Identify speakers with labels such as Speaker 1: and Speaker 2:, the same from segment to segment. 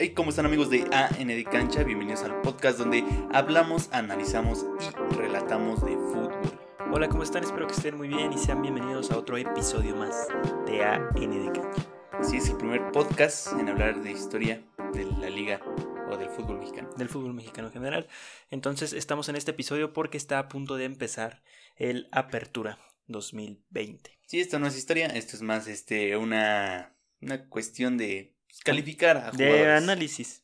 Speaker 1: Hey, ¿cómo están amigos de AND Cancha? Bienvenidos al podcast donde hablamos, analizamos y relatamos de fútbol.
Speaker 2: Hola, ¿cómo están? Espero que estén muy bien y sean bienvenidos a otro episodio más de AND Cancha.
Speaker 1: Así es, el primer podcast en hablar de historia de la liga o del fútbol mexicano.
Speaker 2: Del fútbol mexicano en general. Entonces, estamos en este episodio porque está a punto de empezar el Apertura 2020.
Speaker 1: Sí, esto no es historia, esto es más este una, una cuestión de pues, calificar a jugadores.
Speaker 2: De análisis,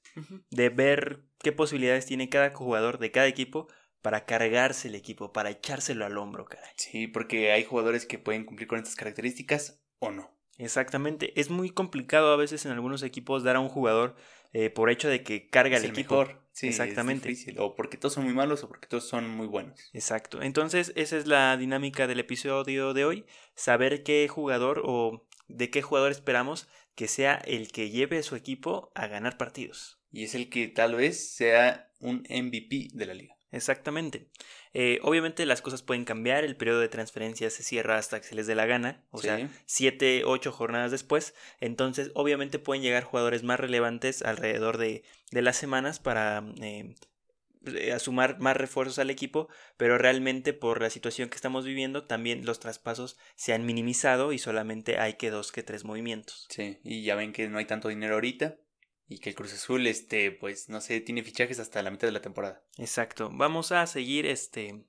Speaker 2: de ver qué posibilidades tiene cada jugador de cada equipo para cargarse el equipo, para echárselo al hombro, caray.
Speaker 1: Sí, porque hay jugadores que pueden cumplir con estas características o no.
Speaker 2: Exactamente, es muy complicado a veces en algunos equipos dar a un jugador eh, por hecho de que carga
Speaker 1: Es
Speaker 2: el
Speaker 1: el
Speaker 2: equipo.
Speaker 1: mejor. Sí, es
Speaker 2: Exactamente.
Speaker 1: difícil. O porque todos son muy malos o porque todos son muy buenos.
Speaker 2: Exacto. Entonces, esa es la dinámica del episodio de hoy. Saber qué jugador o de qué jugador esperamos que sea el que lleve a su equipo a ganar partidos.
Speaker 1: Y es el que tal vez sea un MVP de la liga.
Speaker 2: Exactamente. Eh, obviamente las cosas pueden cambiar, el periodo de transferencia se cierra hasta que se les dé la gana, o
Speaker 1: Sí.
Speaker 2: sea, siete, ocho jornadas después, entonces obviamente pueden llegar jugadores más relevantes alrededor de, de las semanas para eh, eh, sumar más refuerzos al equipo, pero realmente por la situación que estamos viviendo también los traspasos se han minimizado y solamente hay que dos que tres movimientos.
Speaker 1: Sí, y ya ven que no hay tanto dinero ahorita y que el Cruz Azul, este, pues no sé, tiene fichajes hasta la mitad de la temporada.
Speaker 2: Exacto. Vamos a seguir este.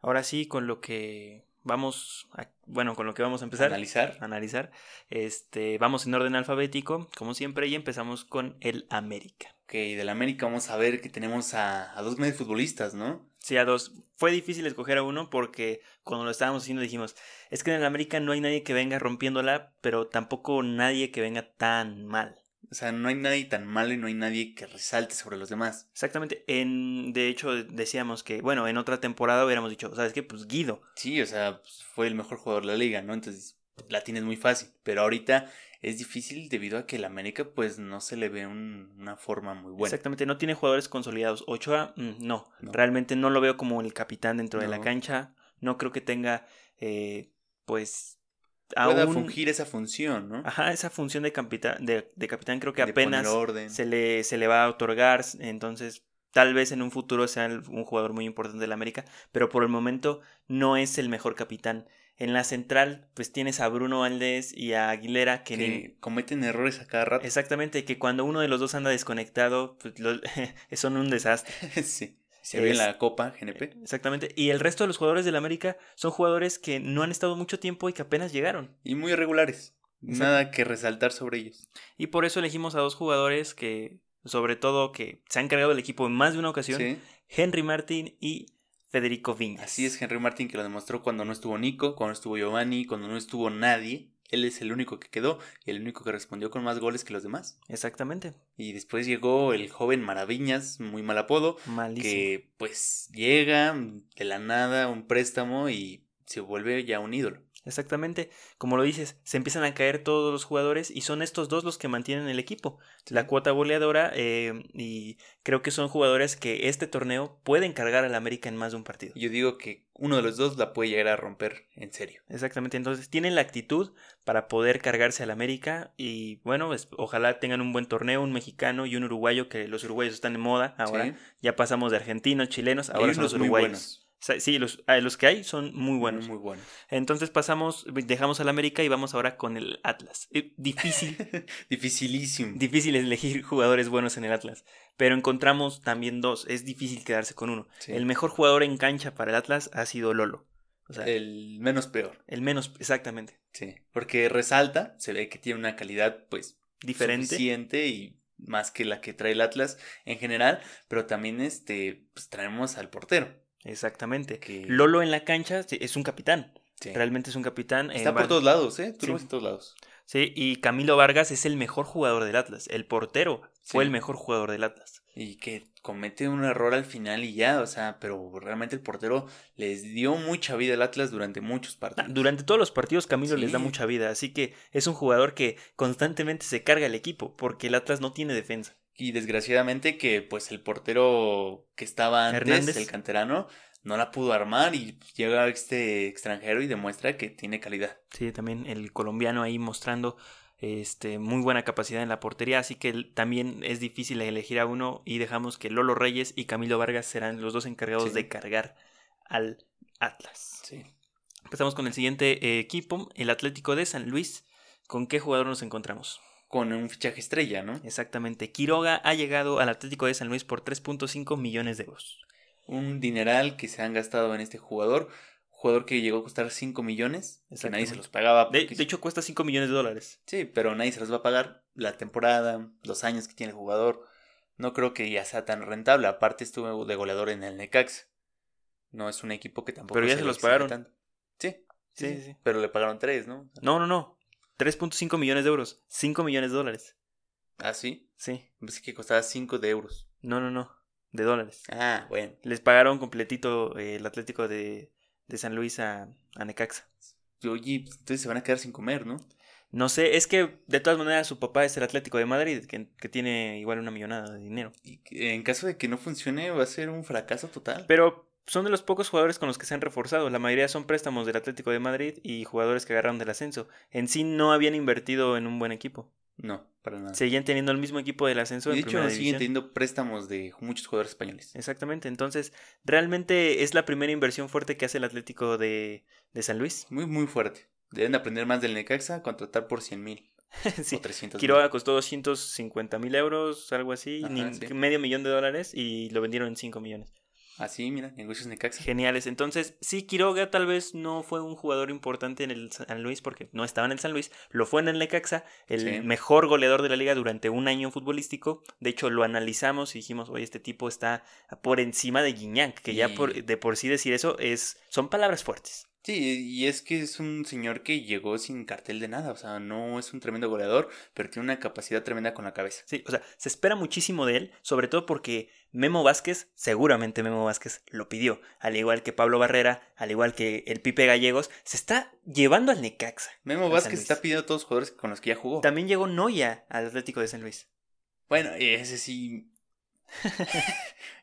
Speaker 2: Ahora sí, con lo que vamos a- bueno, con lo que vamos a empezar.
Speaker 1: Analizar.
Speaker 2: analizar. Este, vamos en orden alfabético, como siempre, y empezamos con el América.
Speaker 1: Ok, del América vamos a ver que tenemos a, a dos medios futbolistas, ¿no?
Speaker 2: Sí, a dos. Fue difícil escoger a uno porque cuando lo estábamos haciendo dijimos, es que en el América no hay nadie que venga rompiéndola, pero tampoco nadie que venga tan mal.
Speaker 1: O sea, no hay nadie tan malo y no hay nadie que resalte sobre los demás.
Speaker 2: Exactamente. En, de hecho, decíamos que, bueno, en otra temporada hubiéramos dicho, ¿sabes qué? Pues Guido.
Speaker 1: Sí, o sea, pues, fue el mejor jugador de la liga, ¿no? Entonces la tienes muy fácil. Pero ahorita es difícil debido a que el América, pues no se le ve un- una forma muy buena.
Speaker 2: Exactamente, no tiene jugadores consolidados. Ochoa, mm, no.
Speaker 1: No.
Speaker 2: Realmente no lo veo como el capitán dentro de la
Speaker 1: No.
Speaker 2: cancha. No creo que tenga, eh, pues,
Speaker 1: Pueda
Speaker 2: aún-
Speaker 1: fungir esa función, ¿no?
Speaker 2: Ajá, esa función de capitán, de, de capitán creo que
Speaker 1: De poner
Speaker 2: apenas
Speaker 1: orden.
Speaker 2: se le, se le va a otorgar, entonces tal vez en un futuro sea el- un jugador muy importante del América, pero por el momento no es el mejor capitán. En la central, pues tienes a Bruno Valdés y a Aguilera, que, ni-
Speaker 1: Que cometen errores a cada rato.
Speaker 2: exactamente, que cuando uno de los dos anda desconectado, pues, lo- son un desastre.
Speaker 1: sí. Se ve en
Speaker 2: Es-
Speaker 1: la Copa GNP.
Speaker 2: Exactamente. Y el resto de los jugadores del América son jugadores que no han estado mucho tiempo y que apenas llegaron.
Speaker 1: Y muy irregulares.
Speaker 2: Exacto.
Speaker 1: Nada que resaltar sobre ellos.
Speaker 2: Y por eso elegimos a dos jugadores que, sobre todo, que se han cargado el equipo en más de una ocasión,
Speaker 1: Sí.
Speaker 2: Henry Martin y Federico Viñas.
Speaker 1: Así es Henry Martin que lo demostró cuando no estuvo Nico, cuando no estuvo Giovanni, cuando no estuvo nadie. Él es el único que quedó y el único que respondió con más goles que los demás.
Speaker 2: Exactamente.
Speaker 1: Y después llegó el joven Maraviñas, muy mal apodo,
Speaker 2: Malísimo.
Speaker 1: que pues llega de la nada a un préstamo y se vuelve ya un ídolo.
Speaker 2: Exactamente. Como lo dices, se empiezan a caer todos los jugadores y son estos dos los que mantienen el equipo. La cuota goleadora eh, y creo que son jugadores que este torneo pueden cargar al América en más de un partido.
Speaker 1: Yo digo que uno de los dos la puede llegar a romper en serio.
Speaker 2: Exactamente, entonces tienen la actitud para poder cargarse al América y bueno, pues, ojalá tengan un buen torneo, un mexicano y un uruguayo, que los uruguayos están en moda ahora.
Speaker 1: Sí.
Speaker 2: Ya pasamos de argentinos, chilenos, ahora
Speaker 1: Hay
Speaker 2: son
Speaker 1: unos
Speaker 2: los
Speaker 1: muy
Speaker 2: uruguayos.
Speaker 1: buenos.
Speaker 2: O sea, Sí, los, ah, los que hay son muy buenos.
Speaker 1: Muy buenos.
Speaker 2: Entonces pasamos, dejamos al América y vamos ahora con el Atlas. Eh, Difícil,
Speaker 1: Dificilísimo.
Speaker 2: difícil elegir jugadores buenos en el Atlas, pero encontramos también dos, es difícil quedarse con uno.
Speaker 1: Sí.
Speaker 2: El mejor jugador en cancha para el Atlas ha sido Lolo. O sea,
Speaker 1: el menos peor.
Speaker 2: el menos, exactamente.
Speaker 1: Sí, porque resalta, se ve que tiene una calidad pues
Speaker 2: diferente.
Speaker 1: suficiente y más que la que trae el Atlas en general, pero también este pues traemos al portero.
Speaker 2: Exactamente.
Speaker 1: Que-
Speaker 2: Lolo en la cancha sí, es un capitán.
Speaker 1: Sí.
Speaker 2: Realmente es un capitán. eh,
Speaker 1: Está
Speaker 2: Var-
Speaker 1: por todos lados, ¿eh? Tú
Speaker 2: Sí.
Speaker 1: lo ves en todos lados.
Speaker 2: Sí, y Camilo Vargas es el mejor jugador del Atlas. El portero fue
Speaker 1: Sí.
Speaker 2: el mejor jugador del Atlas.
Speaker 1: Y que comete un error al final y ya, o sea, pero realmente el portero les dio mucha vida al Atlas durante muchos partidos.
Speaker 2: Durante todos los partidos Camilo les da
Speaker 1: Sí.
Speaker 2: mucha vida, así que es un jugador que constantemente se carga el equipo porque el Atlas no tiene defensa.
Speaker 1: Y desgraciadamente que pues el portero que estaba antes,
Speaker 2: Hernández.
Speaker 1: el canterano, no la pudo armar y llega este extranjero y demuestra que tiene calidad.
Speaker 2: Sí, también el colombiano ahí mostrando este, muy buena capacidad en la portería, así que también es difícil elegir a uno y dejamos que Lolo Reyes y Camilo Vargas serán los dos encargados
Speaker 1: Sí.
Speaker 2: de cargar al Atlas.
Speaker 1: Sí.
Speaker 2: Empezamos con el siguiente eh, equipo, el Atlético de San Luis. ¿Con qué jugador nos encontramos?
Speaker 1: Con un fichaje estrella, ¿no?
Speaker 2: Exactamente, Quiroga ha llegado al Atlético de San Luis por 3.5 millones de euros.
Speaker 1: Un dineral que se han gastado en este jugador. Jugador que llegó a costar 5 millones. Que nadie
Speaker 2: Exactamente.
Speaker 1: se los pagaba.
Speaker 2: De,
Speaker 1: porque-
Speaker 2: de hecho, cuesta 5 millones de dólares.
Speaker 1: Sí, pero nadie se los va a pagar la temporada, los años que tiene el jugador. No creo que ya sea tan rentable. Aparte estuvo de goleador en el Necaxa. No es un equipo que tampoco...
Speaker 2: Pero ya se
Speaker 1: le
Speaker 2: los
Speaker 1: exige
Speaker 2: pagaron.
Speaker 1: tanto. Sí, sí,
Speaker 2: Sí,
Speaker 1: sí,
Speaker 2: sí.
Speaker 1: Pero le pagaron tres, ¿no?
Speaker 2: No, no, no. 3.5 millones de euros. 5 millones de dólares.
Speaker 1: Ah, sí.
Speaker 2: Sí.
Speaker 1: Pensé que costaba 5 de euros.
Speaker 2: No, no, no. De dólares.
Speaker 1: Ah, bueno.
Speaker 2: Les pagaron completito eh, el Atlético de, de San Luis a, a Necaxa.
Speaker 1: Oye, pues, entonces se van a quedar sin comer, ¿no?
Speaker 2: No sé, es que de todas maneras su papá es el Atlético de Madrid, que, que tiene igual una millonada de dinero.
Speaker 1: Y que- en caso de que no funcione, va a ser un fracaso total.
Speaker 2: Pero son de los pocos jugadores con los que se han reforzado. La mayoría son préstamos del Atlético de Madrid y jugadores que agarraron del ascenso. En sí no habían invertido en un buen equipo.
Speaker 1: No, para nada.
Speaker 2: Seguían teniendo el mismo equipo del ascenso
Speaker 1: Y de
Speaker 2: en
Speaker 1: hecho,
Speaker 2: primera
Speaker 1: nos siguen
Speaker 2: división.
Speaker 1: teniendo préstamos de muchos jugadores españoles.
Speaker 2: Exactamente, entonces realmente es la primera inversión fuerte que hace el Atlético de, de San Luis.
Speaker 1: Muy, muy fuerte. Deben aprender más del Necaxa, contratar por 100 mil
Speaker 2: sí.
Speaker 1: o 300 mil.
Speaker 2: Quiroga costó 250 mil euros, algo así,
Speaker 1: Ajá,
Speaker 2: ni-
Speaker 1: sí.
Speaker 2: medio millón de dólares y lo vendieron en 5 millones.
Speaker 1: Así, Ah, mira, negocios Necaxa.
Speaker 2: Geniales, entonces sí, Quiroga tal vez no fue un jugador importante en el San Luis porque no estaba en el San Luis, lo fue en el Necaxa, el
Speaker 1: Sí.
Speaker 2: mejor goleador de la liga durante un año futbolístico. De hecho, lo analizamos y dijimos, oye, este tipo está por encima de Guiñac, que ya
Speaker 1: Y-
Speaker 2: por- de por sí decir eso es son palabras fuertes.
Speaker 1: Sí, y es que es un señor que llegó sin cartel de nada. O sea, no es un tremendo goleador, pero tiene una capacidad tremenda con la cabeza.
Speaker 2: Sí, o sea, se espera muchísimo de él, sobre todo porque Memo Vázquez, seguramente Memo Vázquez lo pidió, al igual que Pablo Barrera, al igual que el Pipe Gallegos, se está llevando al Necaxa.
Speaker 1: Memo
Speaker 2: San
Speaker 1: Vázquez
Speaker 2: Luis.
Speaker 1: está pidiendo a todos los jugadores con los que ya jugó.
Speaker 2: También llegó Noya al Atlético de San Luis.
Speaker 1: Bueno, ese sí.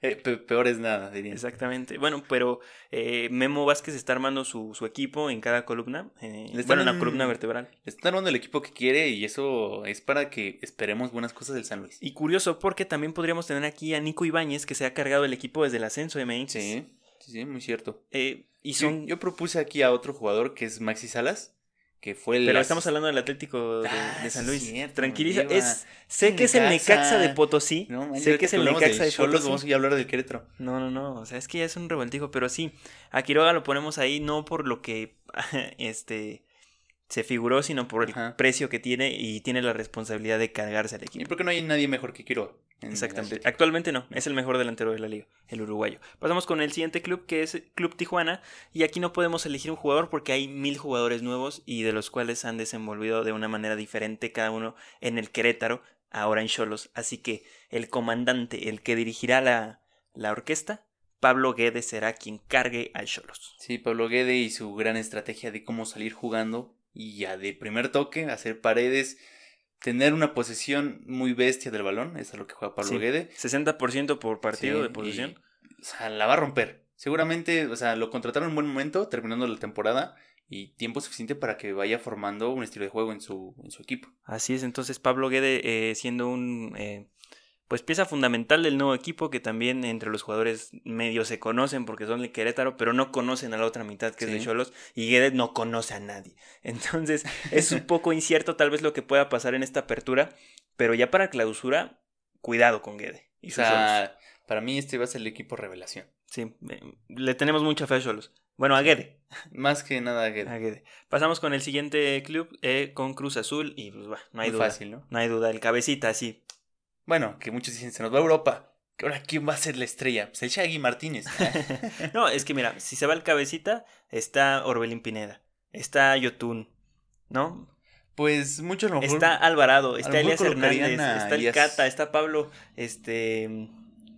Speaker 1: Eh, pe- Peor es nada, diría.
Speaker 2: Exactamente. Bueno, pero eh, Memo Vázquez está armando su, su equipo en cada columna, eh,
Speaker 1: Le están
Speaker 2: bueno, en la
Speaker 1: en-
Speaker 2: columna vertebral.
Speaker 1: Está armando el equipo que quiere y eso es para que esperemos buenas cosas del San Luis.
Speaker 2: Y curioso porque también podríamos tener aquí a Nico Ibáñez, que se ha cargado el equipo desde el ascenso de MX.
Speaker 1: Sí, sí, sí, muy cierto.
Speaker 2: Eh, y
Speaker 1: Yo-
Speaker 2: son...
Speaker 1: Yo, propuse aquí a otro jugador que es Maxi Salas, que fue el.
Speaker 2: Pero
Speaker 1: as-
Speaker 2: estamos hablando del Atlético de,
Speaker 1: Ah,
Speaker 2: de San
Speaker 1: sí es
Speaker 2: Luis.
Speaker 1: cierto,
Speaker 2: Tranquiliza.
Speaker 1: lleva-
Speaker 2: Es, sé
Speaker 1: el
Speaker 2: que es el
Speaker 1: Necaxa.
Speaker 2: Necaxa de Potosí.
Speaker 1: No, man,
Speaker 2: sé
Speaker 1: ahorita
Speaker 2: que es el
Speaker 1: hablamos
Speaker 2: Necaxa
Speaker 1: del
Speaker 2: de
Speaker 1: Xolos,
Speaker 2: Cholos.
Speaker 1: vamos a hablar del Querétaro.
Speaker 2: No, no, no. O sea, es que ya es un revoltijo. Pero sí, a Quiroga lo ponemos ahí no por lo que este se figuró, sino por el
Speaker 1: Ajá.
Speaker 2: precio que tiene y tiene la responsabilidad de cargarse al
Speaker 1: ¿Y
Speaker 2: equipo.
Speaker 1: por qué no hay nadie mejor que Quiroga? en el
Speaker 2: Exactamente.
Speaker 1: Atlético?
Speaker 2: Actualmente no, es el mejor delantero de la liga, el uruguayo. Pasamos con el siguiente club, que es Club Tijuana, y aquí no podemos elegir un jugador porque hay mil jugadores nuevos y de los cuales han desenvolvido de una manera diferente cada uno en el Querétaro, ahora en Cholos. Así que el comandante, el que dirigirá la, la orquesta, Pablo Guedes será quien cargue al Cholos.
Speaker 1: Sí, Pablo Guede y su gran estrategia de cómo salir jugando y ya de primer toque, hacer paredes, tener una posesión muy bestia del balón, es a lo que juega Pablo
Speaker 2: Sí.
Speaker 1: Guede.
Speaker 2: 60% por partido
Speaker 1: Sí,
Speaker 2: de posesión.
Speaker 1: y, o sea, la va a romper. Seguramente, o sea, lo contrataron en buen momento, terminando la temporada, y tiempo suficiente para que vaya formando un estilo de juego en su, en su equipo.
Speaker 2: Así es, entonces Pablo Guede eh, siendo un eh, pues pieza fundamental del nuevo equipo que también entre los jugadores medio se conocen porque son de Querétaro, pero no conocen a la otra mitad que es de
Speaker 1: Sí.
Speaker 2: Cholos y Guede no conoce a nadie. Entonces es un poco incierto tal vez lo que pueda pasar en esta apertura, pero ya para clausura, cuidado con Guede. Y
Speaker 1: O
Speaker 2: sus Xolos.
Speaker 1: sea, para mí este va a ser el equipo revelación.
Speaker 2: Sí, eh, le tenemos mucha fe a Cholos. Bueno, a Guede.
Speaker 1: Más que nada, que
Speaker 2: a Guede. Pasamos con el siguiente club eh, con Cruz Azul y pues, bah, no hay
Speaker 1: muy
Speaker 2: duda.
Speaker 1: fácil, ¿no?
Speaker 2: No hay duda, el cabecita, sí,
Speaker 1: Bueno, que muchos dicen, se nos va a Europa. ¿Que ahora quién va a ser la estrella? Pues el Shaggy Martínez.
Speaker 2: No, es que mira, si se va el cabecita, está Orbelín Pineda, está Yotun, ¿no?
Speaker 1: Pues mucho a lo mejor
Speaker 2: Está Alvarado,
Speaker 1: a
Speaker 2: está
Speaker 1: lo
Speaker 2: Elías
Speaker 1: mejor
Speaker 2: Hernández,
Speaker 1: colocarían a
Speaker 2: está el
Speaker 1: Elías.
Speaker 2: Cata, está Pablo, este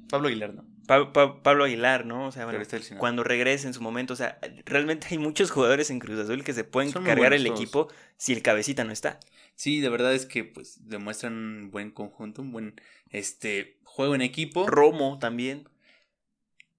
Speaker 1: Pablo Aguilar, ¿no?
Speaker 2: Pa- Pa- Pablo Aguilar, ¿no? O sea, bueno,
Speaker 1: Pero este está lesionado.
Speaker 2: cuando regrese en su momento, o sea, realmente hay muchos jugadores en Cruz Azul que se pueden
Speaker 1: Son muy
Speaker 2: cargar el
Speaker 1: buenos
Speaker 2: equipo si el cabecita no está.
Speaker 1: Sí, de verdad es que pues demuestran un buen conjunto, un buen este juego en equipo.
Speaker 2: Romo también.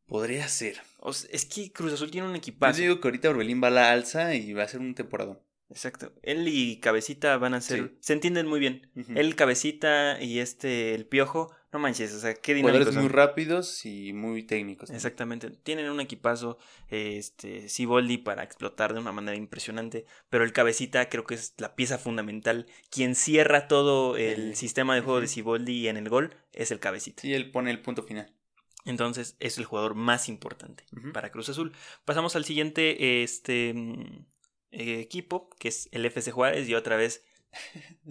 Speaker 1: Podría ser.
Speaker 2: O sea, es que Cruz Azul tiene un
Speaker 1: Yo
Speaker 2: equipazo.
Speaker 1: digo que ahorita Orbelín va a la alza y va a ser un temporadón.
Speaker 2: Exacto. Él y Cabecita van a ser.
Speaker 1: Sí.
Speaker 2: Se entienden muy bien.
Speaker 1: Ujú.
Speaker 2: Él, Cabecita y este, el Piojo. No manches, o sea, qué dinámicos
Speaker 1: Jugadores
Speaker 2: son.
Speaker 1: muy rápidos y muy técnicos. también.
Speaker 2: Exactamente. Tienen un equipazo, este, Siboldi para explotar de una manera impresionante, pero el cabecita creo que es la pieza fundamental. Quien cierra todo el
Speaker 1: El-
Speaker 2: sistema de juego de
Speaker 1: Ujú.
Speaker 2: Siboldi en el gol es el cabecita.
Speaker 1: Sí, él pone el punto final.
Speaker 2: Entonces es el jugador más importante
Speaker 1: Ujú.
Speaker 2: para Cruz Azul. Pasamos al siguiente este, mm, eh, equipo, que es el FC Juárez, y otra vez,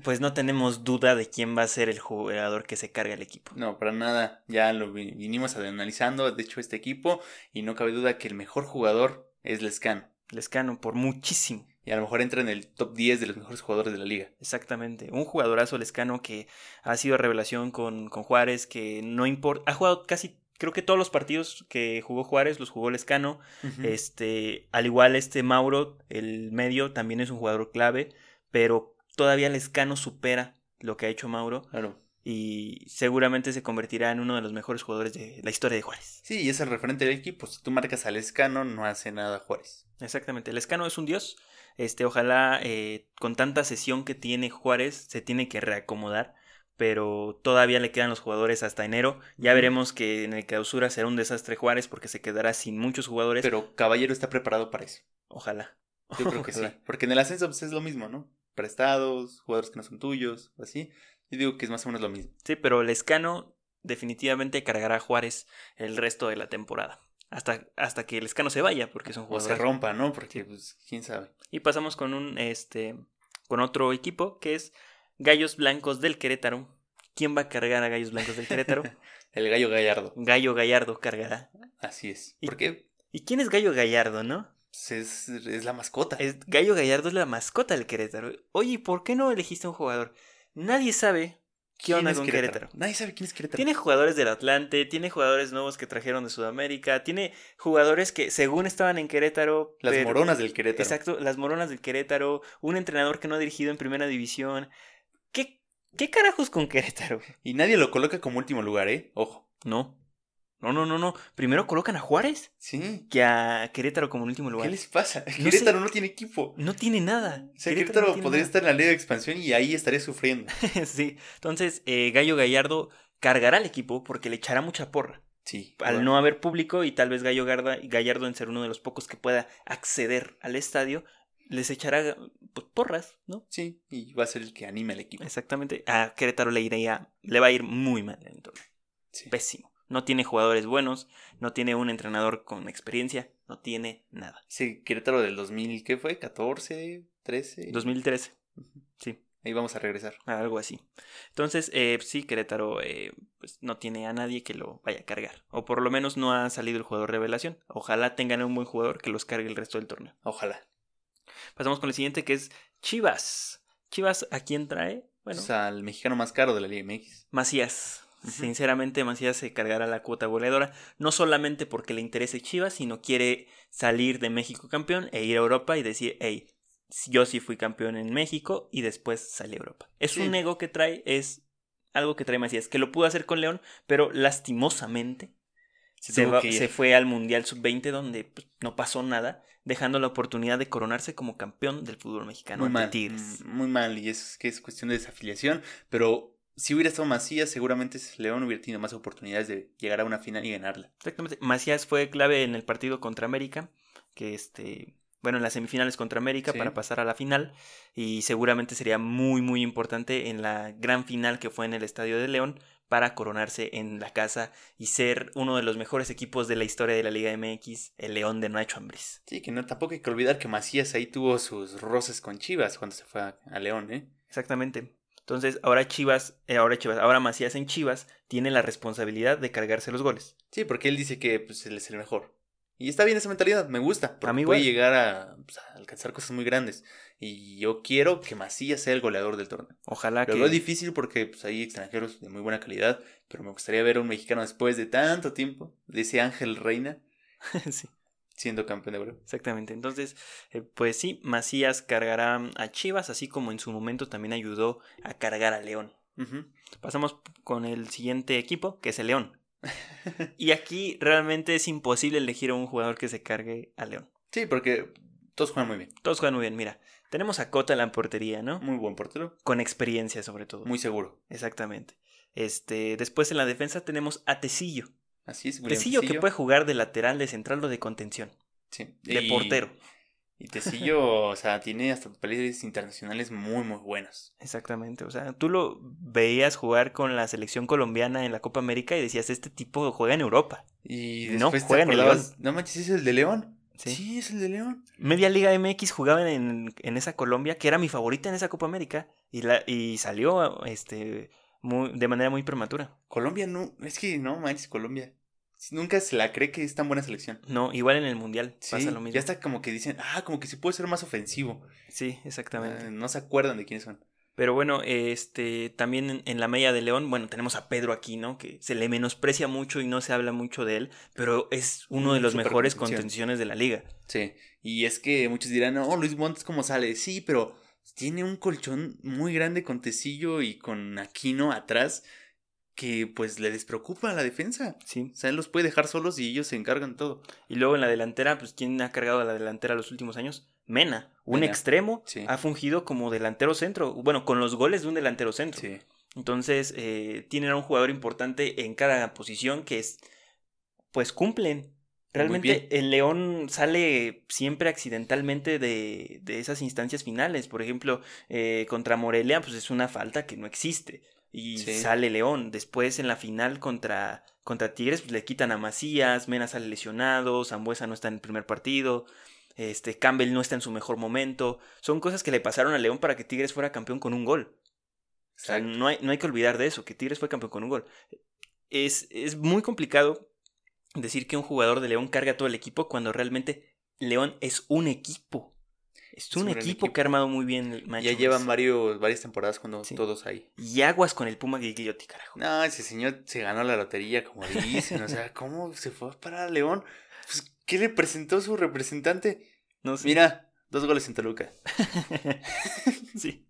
Speaker 2: pues no tenemos duda de quién va a ser el jugador que se carga el equipo.
Speaker 1: No, para nada. Ya lo vi- vinimos analizando, de hecho, este equipo. Y no cabe duda que el mejor jugador es Lescano.
Speaker 2: Lescano, por muchísimo.
Speaker 1: Y a lo mejor entra en el top 10 de los mejores jugadores de la liga.
Speaker 2: Exactamente, un jugadorazo lescano que ha sido revelación con, con Juárez, que no importa, ha jugado casi, creo que todos los partidos que jugó Juárez los jugó lescano, este, al igual este Mauro, el medio, también es un jugador clave, pero todavía lescano supera lo que ha hecho Mauro
Speaker 1: Claro.
Speaker 2: y seguramente se convertirá en uno de los mejores jugadores de la historia de Juárez.
Speaker 1: Sí, y es el referente del equipo. Si tú marcas a Lescano, no hace nada Juárez.
Speaker 2: Exactamente, Lescano es un dios, este, ojalá eh, con tanta sesión que tiene Juárez se tiene que reacomodar, pero todavía le quedan los jugadores hasta enero. Ya
Speaker 1: Ujú.
Speaker 2: veremos que en el clausura será un desastre Juárez porque se quedará sin muchos jugadores.
Speaker 1: Pero Caballero está preparado para eso.
Speaker 2: ojalá.
Speaker 1: Yo creo que sí.
Speaker 2: Ojalá.
Speaker 1: Porque en el ascenso pues, es lo mismo, ¿no? Prestados, jugadores que no son tuyos, así. Yo digo que es más o menos lo mismo.
Speaker 2: Sí, pero Lescano definitivamente cargará a Juárez el resto de la temporada. Hasta, hasta que Lescano se vaya, porque es un
Speaker 1: O se
Speaker 2: jugador.
Speaker 1: rompa, ¿no? Porque, pues, quién sabe.
Speaker 2: Y pasamos con un este con otro equipo que es Gallos Blancos del Querétaro. ¿Quién va a cargar a Gallos Blancos del Querétaro?
Speaker 1: El gallo gallardo.
Speaker 2: Gallo Gallardo cargará.
Speaker 1: Así es.
Speaker 2: Y-
Speaker 1: Porque
Speaker 2: ¿Y quién es Gallo Gallardo, no?
Speaker 1: pues, es, es la mascota.
Speaker 2: Es- Gallo Gallardo es la mascota del Querétaro. Oye, ¿y ¿por qué no elegiste un jugador? Nadie sabe. ¿Qué
Speaker 1: ¿Quién
Speaker 2: onda
Speaker 1: es
Speaker 2: con Querétaro?
Speaker 1: Nadie sabe quién es Querétaro.
Speaker 2: Tiene jugadores del Atlante, tiene jugadores nuevos que trajeron de Sudamérica, tiene jugadores que según estaban en Querétaro.
Speaker 1: Las
Speaker 2: pero-
Speaker 1: moronas del Querétaro.
Speaker 2: Exacto, las moronas del Querétaro, un entrenador que no ha dirigido en primera división. ¿Qué, qué carajos con Querétaro?
Speaker 1: Y nadie lo coloca como último lugar, ¿eh? Ojo.
Speaker 2: No. No, no, no, no. Primero colocan a Juárez
Speaker 1: Sí.
Speaker 2: que a Querétaro como en último lugar.
Speaker 1: ¿Qué les pasa?
Speaker 2: sé.
Speaker 1: Querétaro no tiene equipo.
Speaker 2: No tiene nada.
Speaker 1: O sea,
Speaker 2: no
Speaker 1: Querétaro,
Speaker 2: tiene
Speaker 1: podría
Speaker 2: nada.
Speaker 1: estar en la ley de expansión y ahí estaría sufriendo.
Speaker 2: sí. Entonces, eh, Gallo Gallardo cargará al equipo porque le echará mucha porra.
Speaker 1: Sí.
Speaker 2: Al no haber público y tal vez Gallo Garda- Gallardo en ser uno de los pocos que pueda acceder al estadio, les echará pues, porras, ¿no?
Speaker 1: Sí, y va a ser el que anime al equipo.
Speaker 2: Exactamente. A Querétaro le iría, le va a ir muy mal en el torneo.
Speaker 1: Sí.
Speaker 2: Pésimo. No tiene jugadores buenos, no tiene un entrenador con experiencia, no tiene nada.
Speaker 1: Ese Querétaro del 2000, ¿qué fue? ¿14? ¿13?
Speaker 2: 2013,
Speaker 1: Ujú.
Speaker 2: sí.
Speaker 1: Ahí vamos a regresar.
Speaker 2: Algo así. Entonces, eh, sí, Querétaro eh, pues, no tiene a nadie que lo vaya a cargar. O por lo menos no ha salido el jugador revelación. Ojalá tengan un buen jugador que los cargue el resto del torneo.
Speaker 1: Ojalá.
Speaker 2: Pasamos con el siguiente que es Chivas. Chivas, ¿a quién trae? Bueno,
Speaker 1: O sea, el mexicano más caro de la Liga MX.
Speaker 2: Macías.
Speaker 1: Ujú.
Speaker 2: Sinceramente, Macías se cargará la cuota goleadora. No solamente porque le interese Chivas, sino quiere salir de México campeón e ir a Europa y decir, hey, yo sí fui campeón en México y después salí a Europa. Es
Speaker 1: Sí.
Speaker 2: un ego que trae, es algo que trae Macías, que lo pudo hacer con León, pero lastimosamente
Speaker 1: Se,
Speaker 2: se,
Speaker 1: tuvo
Speaker 2: va-
Speaker 1: que ir.
Speaker 2: se fue al Mundial Sub-20 donde pues, no pasó nada, dejando la oportunidad de coronarse como campeón del fútbol mexicano
Speaker 1: muy
Speaker 2: ante
Speaker 1: mal.
Speaker 2: Tigres.
Speaker 1: mm, Muy mal. Y es que es cuestión de desafiliación. Pero si hubiera estado Macías, seguramente León hubiera tenido más oportunidades de llegar a una final y ganarla.
Speaker 2: Exactamente. Macías fue clave en el partido contra América, que este, bueno, en las semifinales contra América
Speaker 1: Sí.
Speaker 2: para pasar a la final y seguramente sería muy muy importante en la gran final que fue en el Estadio de León para coronarse en la casa y ser uno de los mejores equipos de la historia de la Liga MX, el León de Nacho Ambriz.
Speaker 1: Sí, que no, tampoco hay que olvidar que Macías ahí tuvo sus roces con Chivas cuando se fue a, a León, ¿eh?
Speaker 2: Exactamente. Entonces, ahora Chivas, eh, ahora Chivas, ahora Macías en Chivas tiene la responsabilidad de cargarse los goles.
Speaker 1: Sí, porque él dice que pues, él es el mejor. Y está bien esa mentalidad, me gusta. Porque
Speaker 2: A mí
Speaker 1: puede
Speaker 2: igual.
Speaker 1: llegar a, pues, a alcanzar cosas muy grandes. Y yo quiero que Macías sea el goleador del torneo.
Speaker 2: Ojalá
Speaker 1: Lo
Speaker 2: que
Speaker 1: veo difícil porque pues, hay extranjeros de muy buena calidad. Pero me gustaría ver a un mexicano después de tanto tiempo, de ese Ángel Reina,
Speaker 2: Sí.
Speaker 1: siendo campeón de Europa.
Speaker 2: Exactamente. Entonces, eh, pues sí, Macías cargará a Chivas, así como en su momento también ayudó a cargar a León.
Speaker 1: Ujú.
Speaker 2: Pasamos con el siguiente equipo, que es el León. Y aquí realmente es imposible elegir a un jugador que se cargue a León.
Speaker 1: Sí, porque todos juegan muy bien.
Speaker 2: Todos juegan muy bien, mira. Tenemos a Cota en la portería, ¿no?
Speaker 1: Muy buen portero.
Speaker 2: Con experiencia, sobre todo.
Speaker 1: Muy seguro.
Speaker 2: Exactamente. Este, después en la defensa tenemos a Tecillo.
Speaker 1: Así es, William
Speaker 2: Tecillo que puede jugar de lateral, de central o de contención.
Speaker 1: Sí.
Speaker 2: De
Speaker 1: Y-
Speaker 2: portero.
Speaker 1: Y Tecillo, o sea, tiene hasta papeles internacionales muy, muy buenos.
Speaker 2: Exactamente. O sea, tú lo veías jugar con la selección colombiana en la Copa América y decías, este tipo juega en Europa.
Speaker 1: Y
Speaker 2: No,
Speaker 1: después
Speaker 2: juega en
Speaker 1: te
Speaker 2: el
Speaker 1: acordabas, no manches, ¿es el de León?
Speaker 2: Sí.
Speaker 1: Sí, es el de León.
Speaker 2: Media Liga MX jugaba en, en esa Colombia, que era mi favorita en esa Copa América, y, la, y salió este, muy- de manera muy prematura.
Speaker 1: Colombia no, es que no manches, Colombia. Nunca se la cree que es tan buena selección.
Speaker 2: No, igual en el Mundial
Speaker 1: Sí,
Speaker 2: pasa lo mismo.
Speaker 1: ya está como que dicen, ah, como que sí puede ser más ofensivo.
Speaker 2: Sí, exactamente.
Speaker 1: Ah, no se acuerdan de quiénes son.
Speaker 2: Pero bueno, este, también en, en la media de León, bueno, tenemos a Pedro Aquino, que se le menosprecia mucho y no se habla mucho de él, pero es uno de los
Speaker 1: Mm, Súper
Speaker 2: mejores
Speaker 1: contención.
Speaker 2: contenciones de la liga.
Speaker 1: Sí, y es que muchos dirán, oh, Luis Montes, ¿cómo sale? Sí, pero tiene un colchón muy grande con Tecillo y con Aquino atrás que pues le despreocupa a la defensa.
Speaker 2: Sí.
Speaker 1: O sea, él los puede dejar solos y ellos se encargan todo.
Speaker 2: Y luego en la delantera, pues ¿quién ha cargado a la delantera los últimos años? Mena, un
Speaker 1: Mena,
Speaker 2: extremo,
Speaker 1: sí.
Speaker 2: ha fungido como delantero centro, bueno, con los goles de un delantero centro.
Speaker 1: Sí.
Speaker 2: Entonces, eh, tienen a un jugador importante en cada posición que es, pues cumplen.
Speaker 1: bien.
Speaker 2: Realmente el León sale siempre accidentalmente de, de esas instancias finales. Por ejemplo, eh, contra Morelia, pues es una falta que no existe. Y
Speaker 1: Sí.
Speaker 2: sale León. Después en la final contra, contra Tigres, pues le quitan a Macías, Mena sale lesionado, Zambuesa no está en el primer partido, este, Campbell no está en su mejor momento. Son cosas que le pasaron a León para que Tigres fuera campeón con un gol. O sea,
Speaker 1: Exacto.
Speaker 2: no hay, no hay que olvidar de eso, que Tigres fue campeón con un gol. Es, es muy complicado decir que un jugador de León carga todo el equipo cuando realmente León es un equipo. Es un, equipo, que ha armado muy bien el Nacho
Speaker 1: Ya
Speaker 2: Ambriz.
Speaker 1: llevan varios, varias temporadas cuando
Speaker 2: Sí.
Speaker 1: todos ahí.
Speaker 2: Y aguas con el Puma Gigliotti, carajo.
Speaker 1: No, ese señor se ganó la lotería, como dicen. o sea, ¿cómo se fue a parar a León? Pues, ¿qué le presentó su representante?
Speaker 2: No sé.
Speaker 1: Mira, dos goles en Toluca.
Speaker 2: sí,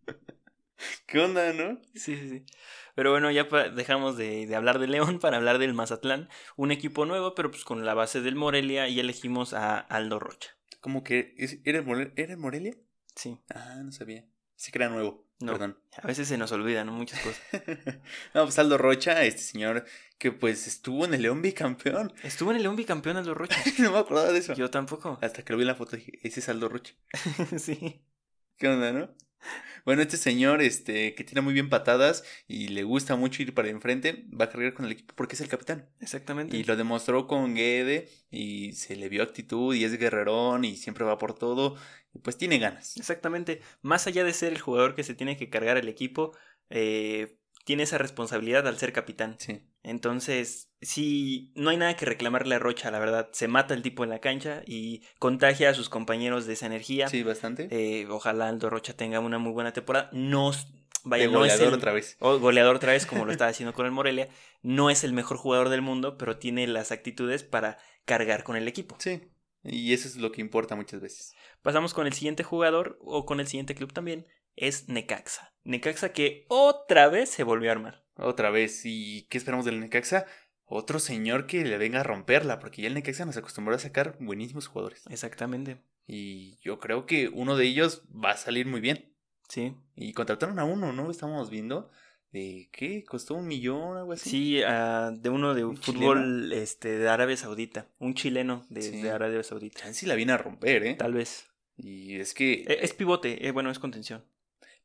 Speaker 1: ¿Qué onda, no?
Speaker 2: sí, sí, sí. Pero bueno, ya pa- dejamos de, de hablar de León para hablar del Mazatlán. Un equipo nuevo, pero pues con la base del Morelia y elegimos a Aldo Rocha.
Speaker 1: Como que, es- ¿era, el More- ¿era el Morelia?
Speaker 2: Sí,
Speaker 1: Ah, no sabía. Se crea nuevo.
Speaker 2: No.
Speaker 1: Perdón.
Speaker 2: a veces se nos olvidan muchas cosas.
Speaker 1: no, pues Aldo Rocha, este señor que pues estuvo en el León bicampeón.
Speaker 2: Estuvo en el León bicampeón Aldo Rocha.
Speaker 1: no me acordaba de eso.
Speaker 2: Yo tampoco.
Speaker 1: Hasta que lo vi en la foto dije, ese es Aldo Rocha.
Speaker 2: sí.
Speaker 1: ¿Qué onda, no? Bueno, este señor, este, que tiene muy bien patadas y le gusta mucho ir para enfrente, va a cargar con el equipo porque es el capitán.
Speaker 2: Exactamente.
Speaker 1: Y lo demostró con Guede y se le vio actitud y es guerrerón y siempre va por todo. Y pues tiene ganas.
Speaker 2: Exactamente. Más allá de ser el jugador que se tiene que cargar el equipo, eh, tiene esa responsabilidad al ser capitán.
Speaker 1: Sí.
Speaker 2: Entonces, sí, no hay nada que reclamarle a Rocha, la verdad. Se mata el tipo en la cancha y contagia a sus compañeros de esa energía.
Speaker 1: Sí, bastante.
Speaker 2: Eh, ojalá Aldo Rocha tenga una muy buena temporada. No, s- vaya,
Speaker 1: De
Speaker 2: no es
Speaker 1: goleador
Speaker 2: el-
Speaker 1: otra vez.
Speaker 2: o goleador otra vez, como lo estaba haciendo con el Morelia. No es el mejor jugador del mundo, pero tiene las actitudes para cargar con el equipo.
Speaker 1: Sí. Y eso es lo que importa muchas veces.
Speaker 2: Pasamos con el siguiente jugador o con el siguiente club también, es Necaxa. Necaxa que otra vez se volvió a armar.
Speaker 1: Otra vez, ¿y qué esperamos del Necaxa? Otro señor que le venga a romperla, porque ya el Necaxa nos acostumbró a sacar buenísimos jugadores.
Speaker 2: Exactamente,
Speaker 1: Y yo creo que uno de ellos va a salir muy bien.
Speaker 2: sí.
Speaker 1: Y contrataron a uno, ¿no? Estamos viendo de qué, costó un millón, algo así.
Speaker 2: Sí, ah, de uno de
Speaker 1: ¿Un
Speaker 2: fútbol este, de Arabia Saudita, un chileno de,
Speaker 1: Sí.
Speaker 2: de Arabia Saudita,
Speaker 1: Chance la viene a romper, ¿eh?
Speaker 2: tal vez.
Speaker 1: Y es que
Speaker 2: Eh, Es pivote, eh, bueno, es contención.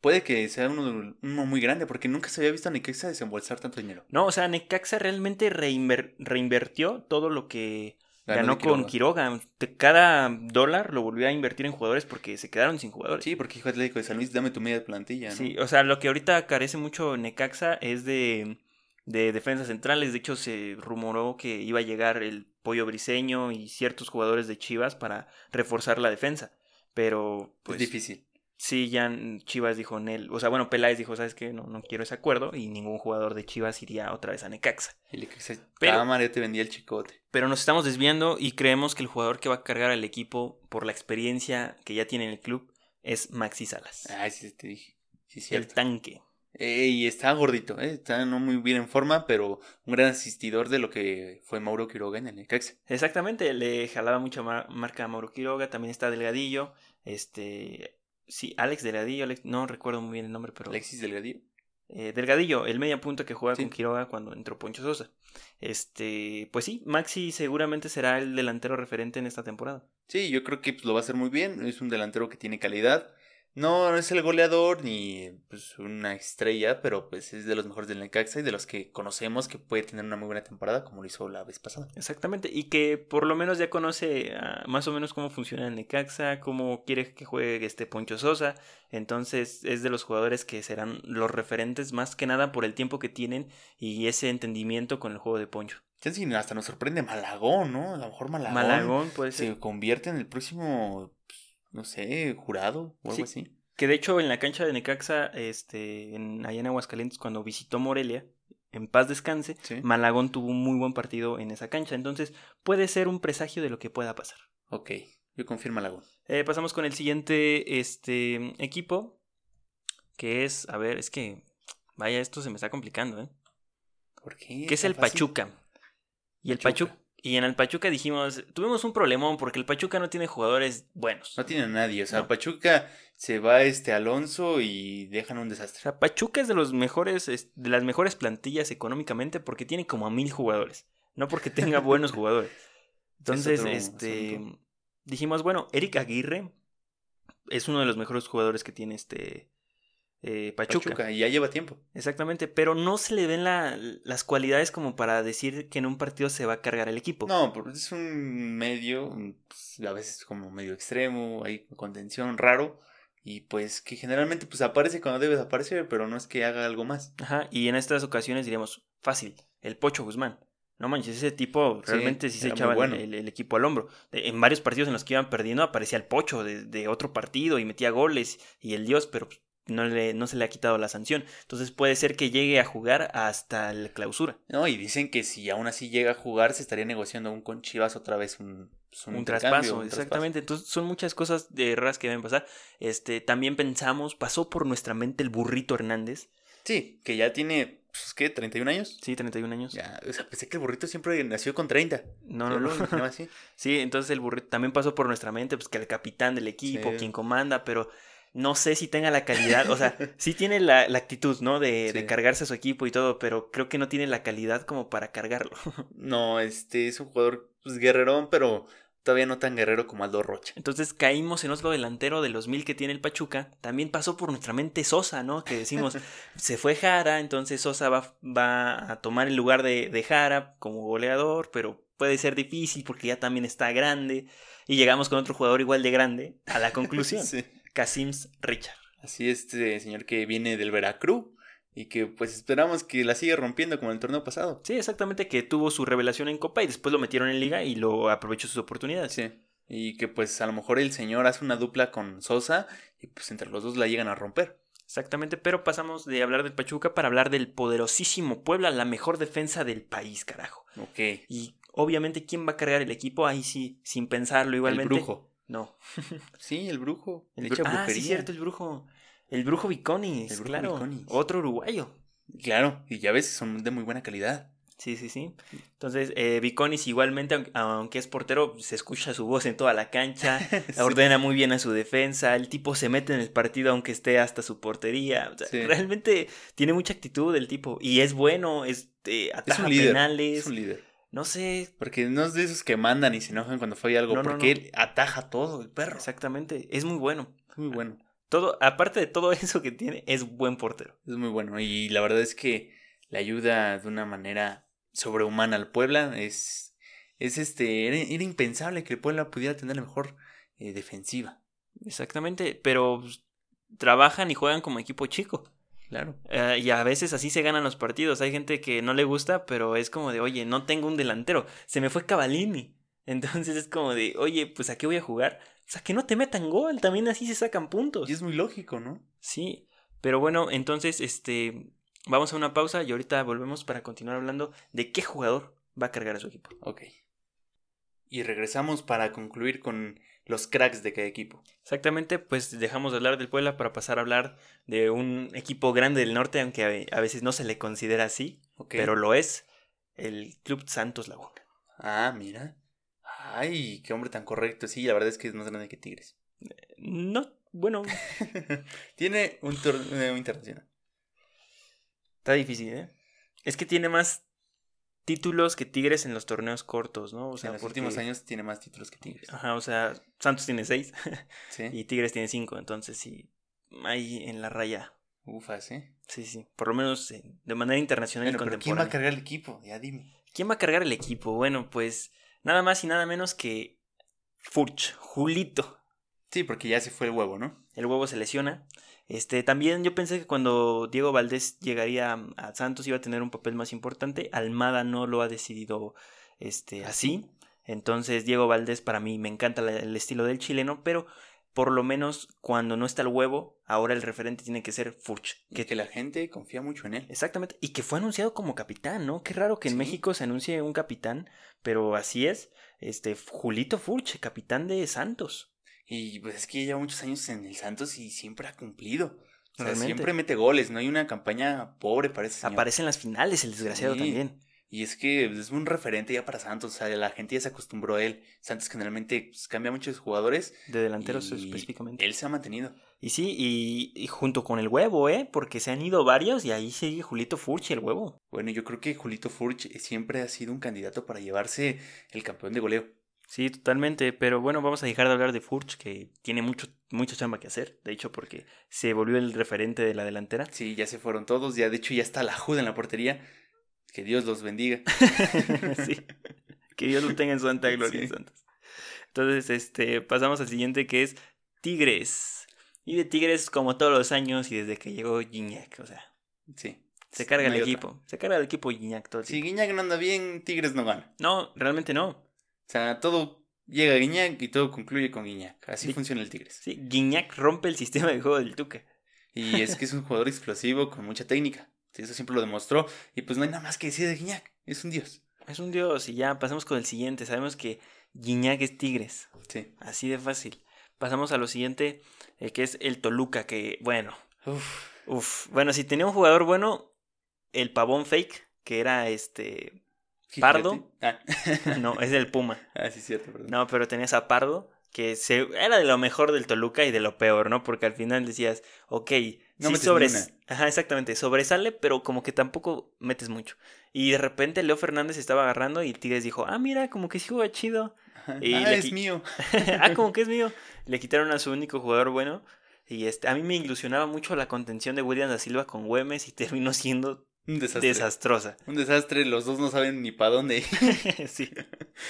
Speaker 1: puede que sea uno, de- uno muy grande, porque nunca se había visto a Necaxa desembolsar tanto dinero.
Speaker 2: No, o sea, Necaxa realmente reinver- reinvirtió todo lo que ganó,
Speaker 1: de
Speaker 2: con Quiroga. Te- Cada dólar lo volvió a invertir en jugadores porque se quedaron sin jugadores.
Speaker 1: Sí, porque hijo Atlético de San Luis, dame tu media plantilla, ¿no?
Speaker 2: Sí, o sea, lo que ahorita carece mucho Necaxa es de, de defensas centrales. De hecho, se rumoró que iba a llegar el Pollo Briseño y ciertos jugadores de Chivas para reforzar la defensa. Pero,
Speaker 1: pues,
Speaker 2: pues,
Speaker 1: difícil.
Speaker 2: sí, ya Chivas dijo en él. O sea, bueno, Peláez dijo, ¿sabes qué? No, no quiero ese acuerdo y ningún jugador de Chivas iría otra vez a Necaxa.
Speaker 1: El Necaxa,
Speaker 2: Pero-
Speaker 1: cámara, yo te vendía el chicote.
Speaker 2: Pero nos estamos desviando y creemos que el jugador que va a cargar al equipo por la experiencia que ya tiene en el club es Maxi Salas.
Speaker 1: Ay, sí, te dije. Sí, es
Speaker 2: el
Speaker 1: Ah, cierto.
Speaker 2: tanque.
Speaker 1: Y está gordito, eh, está no muy bien en forma, pero un gran asistidor de lo que fue Mauro Quiroga en el Necaxa.
Speaker 2: Exactamente, le jalaba mucha mar- marca a Mauro Quiroga, también está Delgadillo, este, Sí, Alex Delgadillo, Alex- no recuerdo muy bien el nombre, pero...
Speaker 1: Alexis Delgadillo.
Speaker 2: Eh, Delgadillo, el media punta que juega
Speaker 1: Sí.
Speaker 2: con Quiroga cuando entró Poncho Sosa. Este, pues sí, Maxi seguramente será el delantero referente en esta temporada.
Speaker 1: Sí, yo creo que pues, lo va a hacer muy bien. Es un delantero que tiene calidad. No, no es el goleador ni pues, una estrella, pero pues es de los mejores del Necaxa y de los que conocemos que puede tener una muy buena temporada, como lo hizo la vez pasada.
Speaker 2: Exactamente, y que por lo menos ya conoce ah, más o menos cómo funciona el Necaxa, cómo quiere que juegue este Poncho Sosa, entonces es de los jugadores que serán los referentes más que nada por el tiempo que tienen y ese entendimiento con el juego de Poncho.
Speaker 1: Chance y hasta nos sorprende Malagón, ¿no? A lo mejor Malagón,
Speaker 2: Malagón puede ser.
Speaker 1: se convierte en el próximo, pues, no sé, jurado o algo así.
Speaker 2: Que de hecho en la cancha de Necaxa, este, en, allá en Aguascalientes, cuando visitó Morelia, en paz descanse,
Speaker 1: Sí.
Speaker 2: Malagón tuvo un muy buen partido en esa cancha. Entonces puede ser un presagio de lo que pueda pasar.
Speaker 1: Ok, yo confío en Malagón.
Speaker 2: Eh, pasamos con el siguiente este, equipo, que es, a ver, es que, vaya, esto se me está complicando, ¿eh?
Speaker 1: ¿Por qué?
Speaker 2: Que es
Speaker 1: tan
Speaker 2: el
Speaker 1: fácil?
Speaker 2: Pachuca. Y el Pachuca. Y en el Pachuca dijimos, tuvimos un problemón porque el Pachuca no tiene jugadores buenos.
Speaker 1: No tiene a nadie, o sea,
Speaker 2: No.
Speaker 1: Pachuca se va este Alonso y dejan un desastre.
Speaker 2: O sea, Pachuca es de los mejores, es de las mejores plantillas económicamente porque tiene como a mil jugadores, no porque tenga buenos jugadores. Entonces,
Speaker 1: otro
Speaker 2: este
Speaker 1: asunto.
Speaker 2: dijimos, bueno, Eric Aguirre es uno de los mejores jugadores que tiene este eh, Pachuca.
Speaker 1: Pachuca. y ya lleva tiempo.
Speaker 2: Exactamente, pero no se le ven la- las cualidades como para decir que en un partido se va a cargar el equipo.
Speaker 1: No, pero es un medio, pues, a veces como medio extremo, hay contención raro, y pues que generalmente pues aparece cuando debe de aparecer, pero no es que haga algo más.
Speaker 2: Ajá, y en estas ocasiones diríamos, fácil, el Pocho Guzmán. No manches, ese tipo
Speaker 1: Sí,
Speaker 2: realmente sí, se
Speaker 1: era muy
Speaker 2: echaba el-
Speaker 1: bueno.
Speaker 2: el, el equipo al hombro. De- En varios partidos en los que iban perdiendo aparecía el Pocho de, de otro partido y metía goles y el Dios, pero pues, no, le, no se le ha quitado la sanción. Entonces puede ser que llegue a jugar hasta la clausura.
Speaker 1: No, y dicen que si aún así llega a jugar, se estaría negociando aún con Chivas otra vez un, pues,
Speaker 2: Un,
Speaker 1: intercambio,
Speaker 2: traspaso,
Speaker 1: un traspaso.
Speaker 2: exactamente. Entonces son muchas cosas de raras que deben pasar. Este, también pensamos, pasó por nuestra mente el burrito Hernández.
Speaker 1: Sí, que ya tiene, pues, ¿qué? ¿31 años?
Speaker 2: Sí, 31 años.
Speaker 1: Ya, o sea, pensé que el burrito siempre nació con 30.
Speaker 2: No,
Speaker 1: Yo
Speaker 2: no,
Speaker 1: lo
Speaker 2: no.
Speaker 1: imaginaba así.
Speaker 2: Sí, entonces el burrito también pasó por nuestra mente, pues que el capitán del equipo,
Speaker 1: Sí.
Speaker 2: quien comanda, pero no sé si tenga la calidad, o sea, sí tiene la, la actitud, ¿no? De, de
Speaker 1: Sí.
Speaker 2: cargarse a su equipo y todo, pero creo que no tiene la calidad como para cargarlo.
Speaker 1: No, este es un jugador pues, guerrerón, pero todavía no tan guerrero como Aldo Rocha.
Speaker 2: Entonces caímos en otro delantero de los mil que tiene el Pachuca, también pasó por nuestra mente Sosa, ¿no? Que decimos, se fue Jara, entonces Sosa va, va a tomar el lugar de, de Jara como goleador, pero puede ser difícil porque ya también está grande y llegamos con otro jugador igual de grande a la conclusión.
Speaker 1: Sí.
Speaker 2: Casims Richard.
Speaker 1: Así este señor que viene del Veracruz y que pues esperamos que la siga rompiendo como en el torneo pasado.
Speaker 2: Sí, exactamente, que tuvo su revelación en Copa y después lo metieron en Liga y lo aprovechó sus oportunidades.
Speaker 1: Sí. Y que pues a lo mejor el señor hace una dupla con Sosa y pues entre los dos la llegan a romper.
Speaker 2: Exactamente, pero pasamos de hablar del Pachuca para hablar del poderosísimo Puebla, la mejor defensa del país, carajo.
Speaker 1: Ok.
Speaker 2: Y obviamente, ¿quién va a cargar el equipo? Ahí sí, sin pensarlo igualmente.
Speaker 1: El brujo.
Speaker 2: No.
Speaker 1: Sí, el brujo.
Speaker 2: El
Speaker 1: Le
Speaker 2: bru-
Speaker 1: echa
Speaker 2: ah, sí,
Speaker 1: brujería.
Speaker 2: cierto, el brujo. El brujo Viconis,
Speaker 1: El brujo
Speaker 2: claro.
Speaker 1: Viconis.
Speaker 2: Otro uruguayo.
Speaker 1: Claro, y ya ves, son de muy buena calidad.
Speaker 2: Sí, sí, sí. Entonces, eh, Viconis igualmente, aunque- aunque es portero, se escucha su voz en toda la cancha.
Speaker 1: Sí.
Speaker 2: Ordena muy bien a su defensa, el tipo se mete en el partido aunque esté hasta su portería. o sea,
Speaker 1: Sí.
Speaker 2: Realmente tiene mucha actitud el tipo y es bueno, este, ataja
Speaker 1: líder,
Speaker 2: penales,
Speaker 1: Es un líder.
Speaker 2: no sé
Speaker 1: Porque no es de esos que mandan y se enojan cuando falla algo.
Speaker 2: No, no,
Speaker 1: porque
Speaker 2: no.
Speaker 1: él ataja todo, el perro.
Speaker 2: exactamente, es muy bueno.
Speaker 1: Es muy bueno.
Speaker 2: Todo, aparte de todo eso que tiene, es buen portero.
Speaker 1: Es muy bueno y la verdad es que le ayuda de una manera sobrehumana al Puebla. Es, es este, era, era impensable que el Puebla pudiera tener la mejor eh, defensiva.
Speaker 2: Exactamente, pero pues, trabajan y juegan como equipo chico.
Speaker 1: Claro.
Speaker 2: Eh, y a veces así se ganan los partidos. Hay gente que no le gusta, pero es como de, oye, no tengo un delantero. Se me fue Cavalini. Entonces es como de, oye, pues ¿a qué voy a jugar? O sea, que no te metan gol. También así se sacan puntos.
Speaker 1: Y es muy lógico, ¿no?
Speaker 2: Sí. Pero bueno, entonces, este, vamos a una pausa y ahorita volvemos para continuar hablando de qué jugador va a cargar a su equipo.
Speaker 1: Ok. Y regresamos para concluir con los cracks de cada equipo.
Speaker 2: Exactamente, pues dejamos de hablar del Puebla para pasar a hablar de un equipo grande del norte, aunque a- a veces no se le considera así,
Speaker 1: Ok.
Speaker 2: pero lo es, el Club Santos Laguna.
Speaker 1: Ah, mira. Ay, qué hombre tan correcto. Sí, la verdad es que es más grande que Tigres.
Speaker 2: No, bueno,
Speaker 1: tiene un torneo internacional.
Speaker 2: está difícil, ¿eh? Es que tiene más títulos que Tigres en los torneos cortos, ¿no? O sea,
Speaker 1: en los
Speaker 2: porque-
Speaker 1: últimos años tiene más títulos que Tigres.
Speaker 2: Ajá, o sea, Santos tiene seis
Speaker 1: Sí.
Speaker 2: y Tigres tiene cinco, entonces sí, ahí en la raya.
Speaker 1: Ufa, sí.
Speaker 2: Sí, sí, por lo menos eh, de manera internacional
Speaker 1: Bueno,
Speaker 2: y
Speaker 1: pero ¿quién va
Speaker 2: contemporánea.
Speaker 1: a cargar el equipo? Ya dime.
Speaker 2: ¿Quién va a cargar el equipo? Bueno, pues nada más y nada menos que Furch, Julito.
Speaker 1: Sí, porque ya se fue el huevo, ¿no?
Speaker 2: El huevo se lesiona. Este, también yo pensé que cuando Diego Valdés llegaría a- a Santos iba a tener un papel más importante. Almada no lo ha decidido este, así. Entonces, Diego Valdés, para mí, me encanta la- el estilo del chileno, pero por lo menos cuando no está el huevo, ahora el referente tiene que ser Furch.
Speaker 1: Que, que la gente confía mucho en él.
Speaker 2: Exactamente, y que fue anunciado como capitán, ¿no? Qué raro que en
Speaker 1: Sí.
Speaker 2: México se anuncie un capitán, pero así es. Este, Julito Furch, capitán de Santos.
Speaker 1: Y pues es que lleva muchos años en el Santos y siempre ha cumplido. O sea,
Speaker 2: Realmente.
Speaker 1: siempre mete goles. No hay una campaña pobre para ese señor.
Speaker 2: Aparece en las finales el desgraciado
Speaker 1: Sí.
Speaker 2: también.
Speaker 1: Y es que pues, es un referente ya para Santos. O sea, la gente ya se acostumbró a él. Santos generalmente pues, cambia muchos jugadores.
Speaker 2: De delanteros
Speaker 1: y
Speaker 2: específicamente.
Speaker 1: Él se ha mantenido.
Speaker 2: Y sí, y, y junto con el huevo, ¿eh? Porque se han ido varios y ahí sigue Julito Furch y el huevo.
Speaker 1: Bueno, yo creo que Julito Furch siempre ha sido un candidato para llevarse el campeón de goleo.
Speaker 2: Sí, totalmente, pero bueno, vamos a dejar de hablar de Furch, que tiene mucho, mucha chamba que hacer, de hecho, porque se volvió el referente de la delantera.
Speaker 1: Sí, ya se fueron todos. Ya, de hecho, ya está la Juda en la portería. Que Dios los bendiga.
Speaker 2: Sí. Que Dios lo tenga en santa gloria
Speaker 1: Sí.
Speaker 2: santos. Entonces, este, pasamos al siguiente que es Tigres. Y de Tigres como todos los años y desde que llegó Gignac, o sea,
Speaker 1: Sí.
Speaker 2: se carga
Speaker 1: No
Speaker 2: el
Speaker 1: hay otra.
Speaker 2: equipo, se carga el equipo Gignac todo el
Speaker 1: Si
Speaker 2: tiempo.
Speaker 1: Guiñac no anda bien, Tigres no gana.
Speaker 2: No, realmente no.
Speaker 1: O sea, todo llega a Guiñac y todo concluye con Guiñac. Así
Speaker 2: Di-
Speaker 1: funciona el Tigres.
Speaker 2: Sí, Gignac rompe el sistema de juego del Tuca.
Speaker 1: Y es que es un jugador explosivo con mucha técnica. Sí, Eso siempre lo demostró. Y pues no hay nada más que decir de Guiñac. Es un dios.
Speaker 2: Es un dios y ya pasamos con el siguiente, sabemos que Gignac es Tigres.
Speaker 1: Sí.
Speaker 2: Así de fácil. Pasamos a lo siguiente, eh, que es el Toluca, que bueno,
Speaker 1: Uf.
Speaker 2: Uf, bueno, si tenía un jugador bueno, el pavón fake, que era este. Pardo.
Speaker 1: Gigante. Ah,
Speaker 2: No, es del Puma.
Speaker 1: ah, sí, cierto, perdón.
Speaker 2: No, pero tenías a Pardo, que se, era de lo mejor del Toluca y de lo peor, ¿no? Porque al final decías, ok,
Speaker 1: No
Speaker 2: sí
Speaker 1: metes
Speaker 2: sobres-
Speaker 1: ni una.
Speaker 2: Ajá, exactamente, sobresale, pero como que tampoco metes mucho. Y de repente Leo Fernández estaba agarrando y Tigres dijo, ah, mira, como que sí juega chido.
Speaker 1: Ajá.
Speaker 2: y
Speaker 1: ah,
Speaker 2: le
Speaker 1: es
Speaker 2: qui-
Speaker 1: mío.
Speaker 2: ah, como que es mío. Le quitaron a su único jugador bueno. Y este, a mí me ilusionaba mucho la contención de William da Silva con Güemes y terminó siendo
Speaker 1: Un desastre.
Speaker 2: desastrosa.
Speaker 1: Un desastre. Los dos no saben ni para dónde ir.
Speaker 2: sí,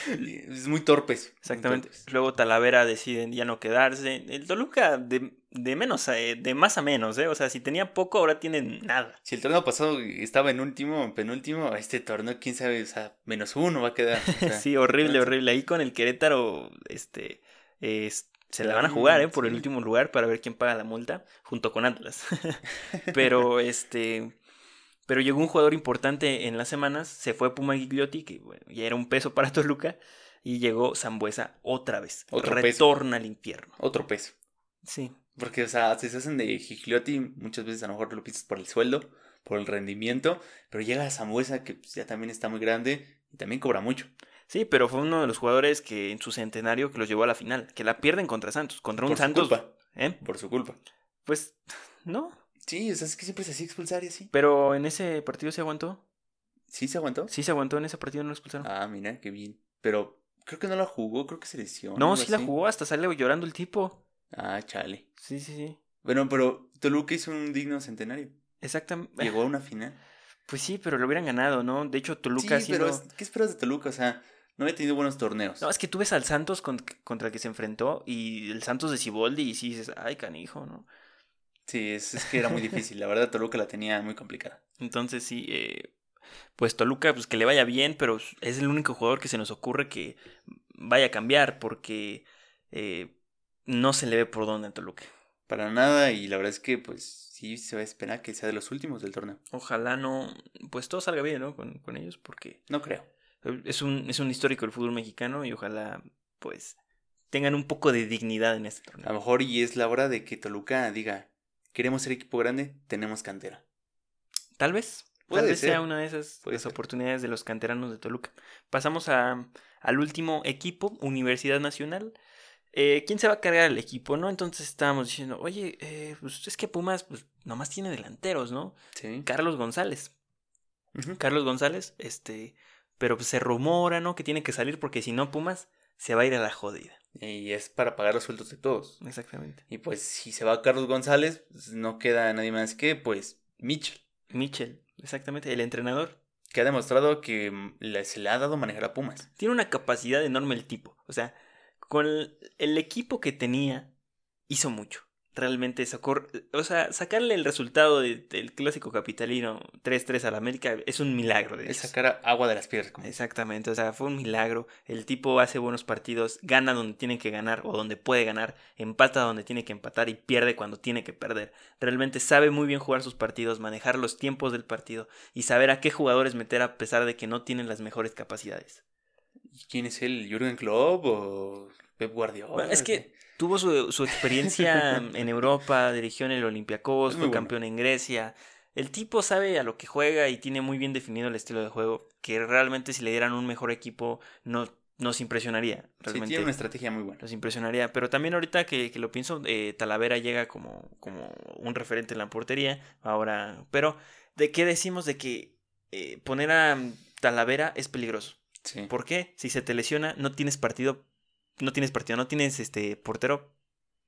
Speaker 1: Es muy torpes. muy
Speaker 2: exactamente.
Speaker 1: torpes.
Speaker 2: Luego Talavera deciden ya no quedarse. El Toluca de, de menos a- eh, de más a menos, ¿eh? O sea, si tenía poco, ahora tienen nada.
Speaker 1: Si el torneo pasado estaba en último, en penúltimo, este torneo, quién sabe, o sea, menos uno va a quedar. o sea.
Speaker 2: sí, horrible,
Speaker 1: entonces-
Speaker 2: horrible. Ahí con el Querétaro, este. eh, s- se la van a
Speaker 1: Mm,
Speaker 2: jugar, ¿eh? Por el
Speaker 1: sí.
Speaker 2: último lugar para ver quién paga la multa, junto con Atlas. pero, este. Pero llegó un jugador importante en las semanas, se fue Puma Gigliotti, que bueno, ya era un peso para Toluca, y llegó Zambuesa otra vez.
Speaker 1: Otro peso.
Speaker 2: Retorna al infierno.
Speaker 1: Otro peso.
Speaker 2: Sí,
Speaker 1: Porque, o sea, si se hacen de Gigliotti, muchas veces a lo mejor lo piensas por el sueldo, por el rendimiento, pero llega a Zambuesa, que pues, ya también está muy grande y también cobra mucho.
Speaker 2: Sí, pero fue uno de los jugadores que en su centenario que los llevó a la final, que la pierden contra Santos, contra un
Speaker 1: por
Speaker 2: Santos,
Speaker 1: su culpa.
Speaker 2: ¿eh?
Speaker 1: Por su culpa.
Speaker 2: Pues no,
Speaker 1: Sí, o sea, es que siempre se hacía expulsar y así.
Speaker 2: pero en ese partido se aguantó.
Speaker 1: ¿Sí se aguantó?
Speaker 2: Sí se aguantó en ese partido no lo expulsaron.
Speaker 1: Ah, mira, qué bien. Pero creo que no la jugó, creo que se lesionó.
Speaker 2: no,
Speaker 1: algo
Speaker 2: sí la
Speaker 1: así.
Speaker 2: jugó, hasta sale llorando el tipo.
Speaker 1: Ah, chale.
Speaker 2: Sí, sí, sí.
Speaker 1: Bueno, pero Toluca hizo un digno centenario.
Speaker 2: Exactamente.
Speaker 1: Llegó a una final.
Speaker 2: eh, Pues sí, pero lo hubieran ganado, ¿no? De hecho, Toluca
Speaker 1: sí,
Speaker 2: siendo-
Speaker 1: pero es- ¿qué esperas de Toluca? O sea, no había tenido buenos torneos.
Speaker 2: No, es que tú ves al Santos con- contra el que se enfrentó y el Santos de Ciboldi y sí dices, ay, canijo, ¿no?
Speaker 1: Sí, es, es que era muy difícil. La verdad, Toluca la tenía muy complicada.
Speaker 2: Entonces sí, eh, pues Toluca, pues que le vaya bien, pero es el único jugador que se nos ocurre que vaya a cambiar porque eh, no se le ve por dónde a Toluca.
Speaker 1: Para nada, y la verdad es que, pues, sí se va a esperar que sea de los últimos del torneo.
Speaker 2: Ojalá no, pues todo salga bien, ¿no? Con, con ellos porque
Speaker 1: No creo.
Speaker 2: es un, es un histórico del fútbol mexicano y ojalá pues tengan un poco de dignidad en este
Speaker 1: A lo
Speaker 2: torneo.
Speaker 1: mejor y es la hora de que Toluca diga, queremos ser equipo grande, tenemos cantera.
Speaker 2: Tal vez,
Speaker 1: Puede
Speaker 2: tal vez
Speaker 1: ser.
Speaker 2: sea una de esas
Speaker 1: Puede
Speaker 2: las
Speaker 1: ser.
Speaker 2: oportunidades de los canteranos de Toluca. Pasamos a, al último equipo, Universidad Nacional. eh, ¿quién se va a cargar el equipo, no? Entonces estábamos diciendo, oye, eh, pues es que Pumas pues, nomás tiene delanteros, ¿no?
Speaker 1: Sí.
Speaker 2: Carlos González.
Speaker 1: Ujú.
Speaker 2: Carlos González, este, pero pues, se rumora, ¿no? Que tiene que salir porque si no Pumas se va a ir a la jodida.
Speaker 1: Y es para pagar los sueldos de todos.
Speaker 2: Exactamente.
Speaker 1: Y pues si se va Carlos González, pues, no queda nadie más que pues Mitchell,
Speaker 2: Mitchell, exactamente, el entrenador.
Speaker 1: que ha demostrado que mm, le- se le ha dado manejar a Pumas.
Speaker 2: Tiene una capacidad enorme el tipo. O sea, con el, el equipo que tenía, hizo mucho. Realmente sacó. O sea, sacarle el resultado de- del clásico capitalino 3-3 al América es un milagro de
Speaker 1: Es
Speaker 2: Dios.
Speaker 1: sacar agua de las piedras. Como
Speaker 2: Exactamente, o sea, fue un milagro. El tipo hace buenos partidos, gana donde tiene que ganar o donde puede ganar, empata donde tiene que empatar y pierde cuando tiene que perder. Realmente sabe muy bien jugar sus partidos, manejar los tiempos del partido y saber a qué jugadores meter a pesar de que no tienen las mejores capacidades.
Speaker 1: ¿Y ¿Quién es él? ¿Jürgen Klopp o Pep Guardiola?
Speaker 2: Bueno, es que tuvo su, su experiencia en Europa, dirigió en el Olympiacos,
Speaker 1: Es
Speaker 2: fue
Speaker 1: muy bueno.
Speaker 2: campeón en Grecia. El tipo sabe a lo que juega y tiene muy bien definido el estilo de juego, que realmente si le dieran un mejor equipo no nos impresionaría.
Speaker 1: Sí,
Speaker 2: Realmente.
Speaker 1: tiene una estrategia muy buena.
Speaker 2: Los impresionaría. Pero también ahorita que, que lo pienso, eh, Talavera llega como, como un referente en la portería. Ahora, pero ¿de qué decimos de que eh, poner a Talavera es peligroso?
Speaker 1: Sí.
Speaker 2: ¿Por qué? Si se te lesiona, no tienes partido, no tienes partido, no tienes este portero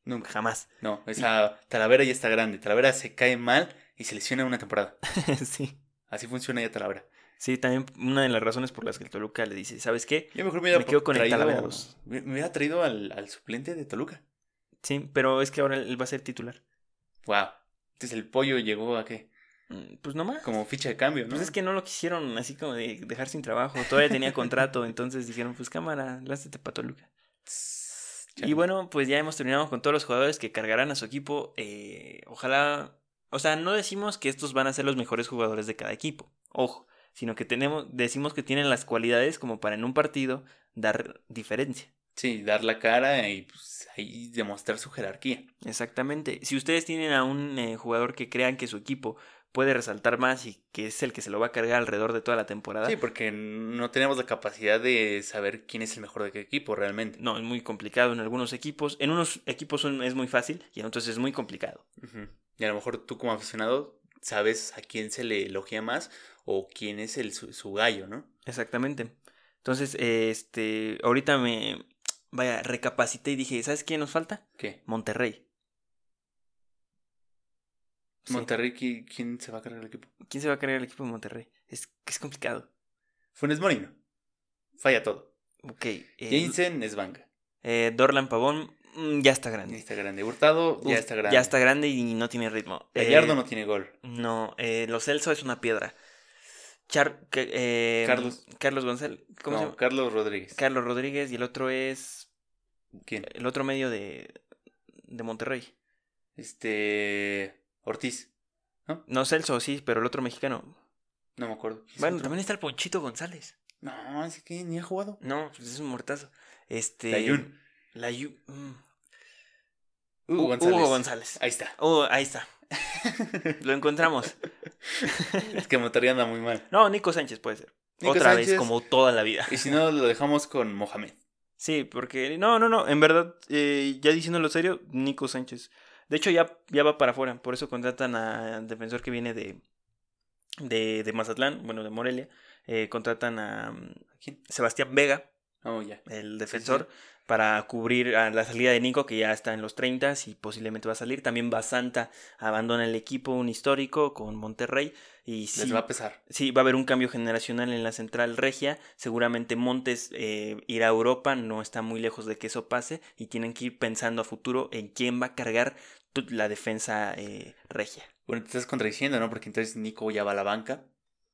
Speaker 1: Nunca.
Speaker 2: jamás.
Speaker 1: No, esa Talavera ya está grande. Talavera se cae mal y se lesiona una temporada.
Speaker 2: sí.
Speaker 1: Así funciona ya Talavera.
Speaker 2: Sí, también una de las razones por las que el Toluca le dice, ¿sabes qué?
Speaker 1: Yo mejor me hubiera
Speaker 2: Me quedo con el
Speaker 1: traído-
Speaker 2: Talavera dos.
Speaker 1: Me me hubiera traído al, al suplente de Toluca.
Speaker 2: Sí, pero es que ahora él va a ser titular.
Speaker 1: Wow. Entonces el pollo llegó a qué?
Speaker 2: Mm, Pues nomás.
Speaker 1: Como ficha de cambio, ¿no?
Speaker 2: Pues es que no lo quisieron así como de dejar sin trabajo. Todavía tenía contrato, entonces dijeron, pues cámara, lázate para Toluca.
Speaker 1: Tss,
Speaker 2: Y
Speaker 1: chale.
Speaker 2: bueno, pues ya hemos terminado con todos los jugadores que cargarán a su equipo. eh, ojalá, o sea, no decimos que estos van a ser los mejores jugadores de cada equipo, ojo, sino que tenemos, decimos que tienen las cualidades como para en un partido dar diferencia.
Speaker 1: Sí, dar la cara y pues, ahí demostrar su jerarquía.
Speaker 2: Exactamente. Si ustedes tienen a un eh, jugador que crean que su equipo puede resaltar más y que es el que se lo va a cargar alrededor de toda la temporada,
Speaker 1: Sí, porque no tenemos la capacidad de saber quién es el mejor de qué equipo realmente.
Speaker 2: no, es muy complicado en algunos equipos. En unos equipos son- es muy fácil y entonces es muy complicado.
Speaker 1: Ujú. Y a lo mejor tú como aficionado sabes a quién se le elogia más o quién es el, su, su gallo, ¿no?
Speaker 2: Exactamente. Entonces, eh, este, ahorita me, vaya, recapacité y dije, ¿sabes qué nos falta?
Speaker 1: ¿Qué?
Speaker 2: Monterrey. Sí.
Speaker 1: Monterrey, ¿qui- ¿quién se va a cargar el equipo?
Speaker 2: ¿Quién se va a cargar el equipo de Monterrey? Es que es complicado.
Speaker 1: Funes Morino. Falla todo.
Speaker 2: Ok. eh,
Speaker 1: Jensen es banca.
Speaker 2: eh, Dorlan Pavón mm, ya está grande.
Speaker 1: Ya está grande. Hurtado ya está grande.
Speaker 2: Ya está grande y no tiene ritmo.
Speaker 1: Gallardo
Speaker 2: Eh,
Speaker 1: no tiene gol.
Speaker 2: No, eh, Lo Celso es una piedra. Char- que- eh,
Speaker 1: Carlos.
Speaker 2: Carlos González. ¿Cómo
Speaker 1: No,
Speaker 2: se llama?
Speaker 1: Carlos Rodríguez.
Speaker 2: Carlos Rodríguez y el otro es.
Speaker 1: ¿Quién?
Speaker 2: El otro medio de. De Monterrey.
Speaker 1: Este. Ortiz.
Speaker 2: No, Celso, sí, pero el otro mexicano.
Speaker 1: No me acuerdo. ¿Quién es
Speaker 2: Bueno,
Speaker 1: otro?
Speaker 2: también está el Ponchito González.
Speaker 1: No, es que ni ha jugado.
Speaker 2: No, pues es un mortazo. Este.
Speaker 1: Layún.
Speaker 2: Layún, mm.
Speaker 1: Hugo
Speaker 2: Hu-
Speaker 1: González.
Speaker 2: Hugo González.
Speaker 1: Ahí está.
Speaker 2: Oh, ahí está. Lo encontramos.
Speaker 1: Es que Monterrey anda muy mal.
Speaker 2: No, Nico Sánchez puede ser.
Speaker 1: Nico
Speaker 2: Otra vez,
Speaker 1: Sánchez.
Speaker 2: como toda la vida.
Speaker 1: Y si no, lo dejamos con Mohamed.
Speaker 2: Sí, porque no, no, no, en verdad, eh, ya diciéndolo serio, Nico Sánchez. De hecho, ya, ya va para afuera, por eso contratan a- al defensor que viene de, de, de Mazatlán, bueno, de Morelia. eh, contratan a mm,
Speaker 1: ¿Quién?
Speaker 2: Sebastián Vega,
Speaker 1: Oh, ya.
Speaker 2: el defensor, para cubrir a la salida de Nico, que ya está en los 30 y posiblemente va a salir. También Basanta abandona el equipo, un histórico, con Monterrey. Y sí,
Speaker 1: Les va a pesar.
Speaker 2: Sí, va a haber un cambio generacional en la central regia. Seguramente Montes eh, irá a Europa, no está muy lejos de que eso pase. Y tienen que ir pensando a futuro en quién va a cargar tu- la defensa eh, regia.
Speaker 1: Bueno, te estás contradiciendo, ¿no? Porque entonces Nico ya va a la banca.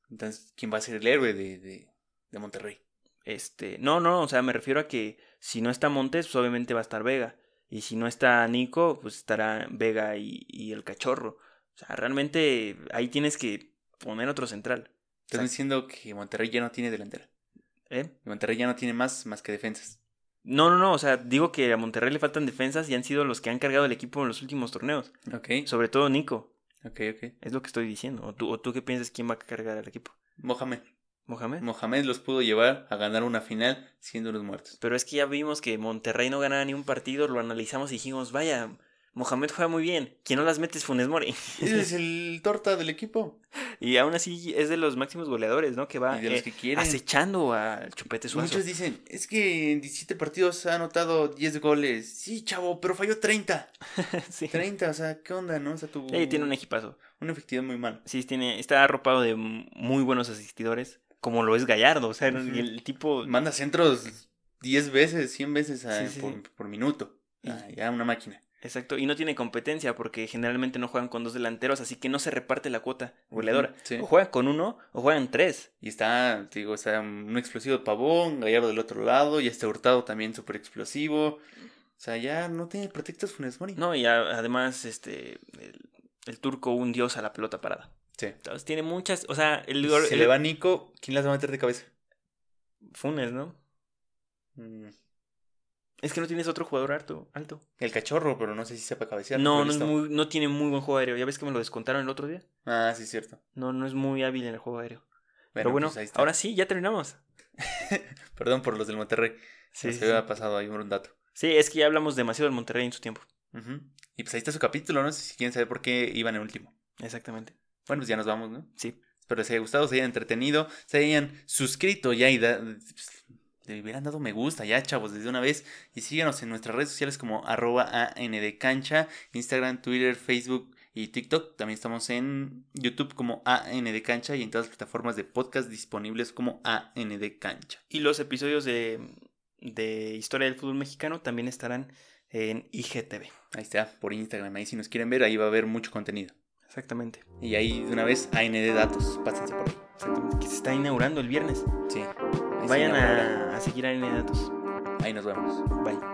Speaker 1: Entonces, ¿quién va a ser el héroe de, de, de Monterrey?
Speaker 2: Este, no, no, o sea, me refiero a que si no está Montes, pues obviamente va a estar Vega. Y si no está Nico, pues estará Vega y, y el cachorro. O sea, realmente ahí tienes que poner otro central.
Speaker 1: Estás
Speaker 2: Exacto.
Speaker 1: diciendo que Monterrey ya no tiene delantera.
Speaker 2: ¿eh?
Speaker 1: Y Monterrey ya no tiene más, más que defensas.
Speaker 2: No, no, no, o sea, digo que a Monterrey le faltan defensas y han sido los que han cargado el equipo en los últimos torneos.
Speaker 1: Ok,
Speaker 2: Sobre todo Nico,
Speaker 1: ok, ok.
Speaker 2: es lo que estoy diciendo. ¿O tú, o tú qué piensas quién va a cargar al equipo?
Speaker 1: Mohamed.
Speaker 2: Mohamed.
Speaker 1: Mohamed los pudo llevar a ganar una final siendo los muertos.
Speaker 2: Pero es que ya vimos que Monterrey no ganaba ni un partido, lo analizamos y dijimos, vaya, Mohamed juega muy bien, quien no las mete es Funes Mori.
Speaker 1: Ese es el torta del equipo.
Speaker 2: Y aún así es de los máximos goleadores, ¿no? Que va
Speaker 1: Y de los
Speaker 2: eh,
Speaker 1: que quieren.
Speaker 2: acechando al Chupete Suazo.
Speaker 1: Muchos dicen, es que en 17 partidos ha anotado 10 goles. Sí, chavo, pero falló 30.
Speaker 2: Sí.
Speaker 1: 30, o sea, ¿qué onda, no? O sea, tu...
Speaker 2: Ey, tiene un equipazo.
Speaker 1: una efectividad muy mal.
Speaker 2: Sí, tiene, está arropado de m- muy buenos asistidores, como lo es Gallardo. O sea,
Speaker 1: Ujú.
Speaker 2: el tipo
Speaker 1: Manda centros 10 veces, 100 veces a-
Speaker 2: Sí, sí,
Speaker 1: por,
Speaker 2: sí.
Speaker 1: por minuto.
Speaker 2: Y-
Speaker 1: Ah, ya una máquina.
Speaker 2: Exacto, y no tiene competencia porque generalmente no juegan con dos delanteros, así que no se reparte la cuota goleadora.
Speaker 1: Sí.
Speaker 2: O juegan con uno o juegan tres.
Speaker 1: Y está, te digo, está un explosivo de Pavón, Gallardo del otro lado, y este Hurtado también súper explosivo. O sea, ya no tiene pretextos Funes Mori.
Speaker 2: No, y a- además este el, el turco un dios a la pelota parada.
Speaker 1: Sí.
Speaker 2: Entonces tiene muchas, o sea, el,
Speaker 1: Si
Speaker 2: gol-
Speaker 1: se
Speaker 2: el-
Speaker 1: le va a Nico, ¿quién las va a meter de cabeza?
Speaker 2: Funes, ¿no?
Speaker 1: Mm,
Speaker 2: Es que no tienes otro jugador alto, alto.
Speaker 1: El cachorro, pero no sé si sepa cabecear.
Speaker 2: no,
Speaker 1: lo he
Speaker 2: no, es
Speaker 1: visto.
Speaker 2: muy, no tiene muy buen juego aéreo. ¿Ya ves que me lo descontaron el otro día?
Speaker 1: Ah, sí, es cierto.
Speaker 2: No, no es muy hábil en el juego aéreo.
Speaker 1: Bueno,
Speaker 2: Pero bueno,
Speaker 1: pues ahí está.
Speaker 2: ahora sí, ya terminamos.
Speaker 1: Perdón por los del Monterrey.
Speaker 2: Sí,
Speaker 1: se
Speaker 2: sí,
Speaker 1: me
Speaker 2: sí.
Speaker 1: ha pasado ahí un dato.
Speaker 2: Sí, es que ya hablamos demasiado del Monterrey en su tiempo.
Speaker 1: Ujú. Y pues ahí está su capítulo, no sé si quieren saber por qué iban en último.
Speaker 2: Exactamente.
Speaker 1: Bueno, pues ya nos vamos, ¿no?
Speaker 2: Sí.
Speaker 1: Espero les haya gustado, se hayan entretenido, se hayan suscrito ya y da- pues, le hubieran dado me gusta ya, chavos, desde una vez. Y síganos en nuestras redes sociales como arroba ANDcancha, Instagram, Twitter, Facebook y TikTok. También estamos en YouTube como ANDcancha y en todas las plataformas de podcast disponibles como ANDcancha.
Speaker 2: Y los episodios de, de Historia del Fútbol Mexicano también estarán en IGTV.
Speaker 1: Ahí está, por Instagram, ahí si nos quieren ver, ahí va a haber mucho contenido.
Speaker 2: Exactamente.
Speaker 1: Y ahí de una vez AND Datos, pásense por ahí.
Speaker 2: Exactamente. Que se está inaugurando el viernes.
Speaker 1: Sí. Ahí se
Speaker 2: Vayan
Speaker 1: inaugura.
Speaker 2: a, a seguir a N Datos.
Speaker 1: Ahí nos vemos.
Speaker 2: Bye.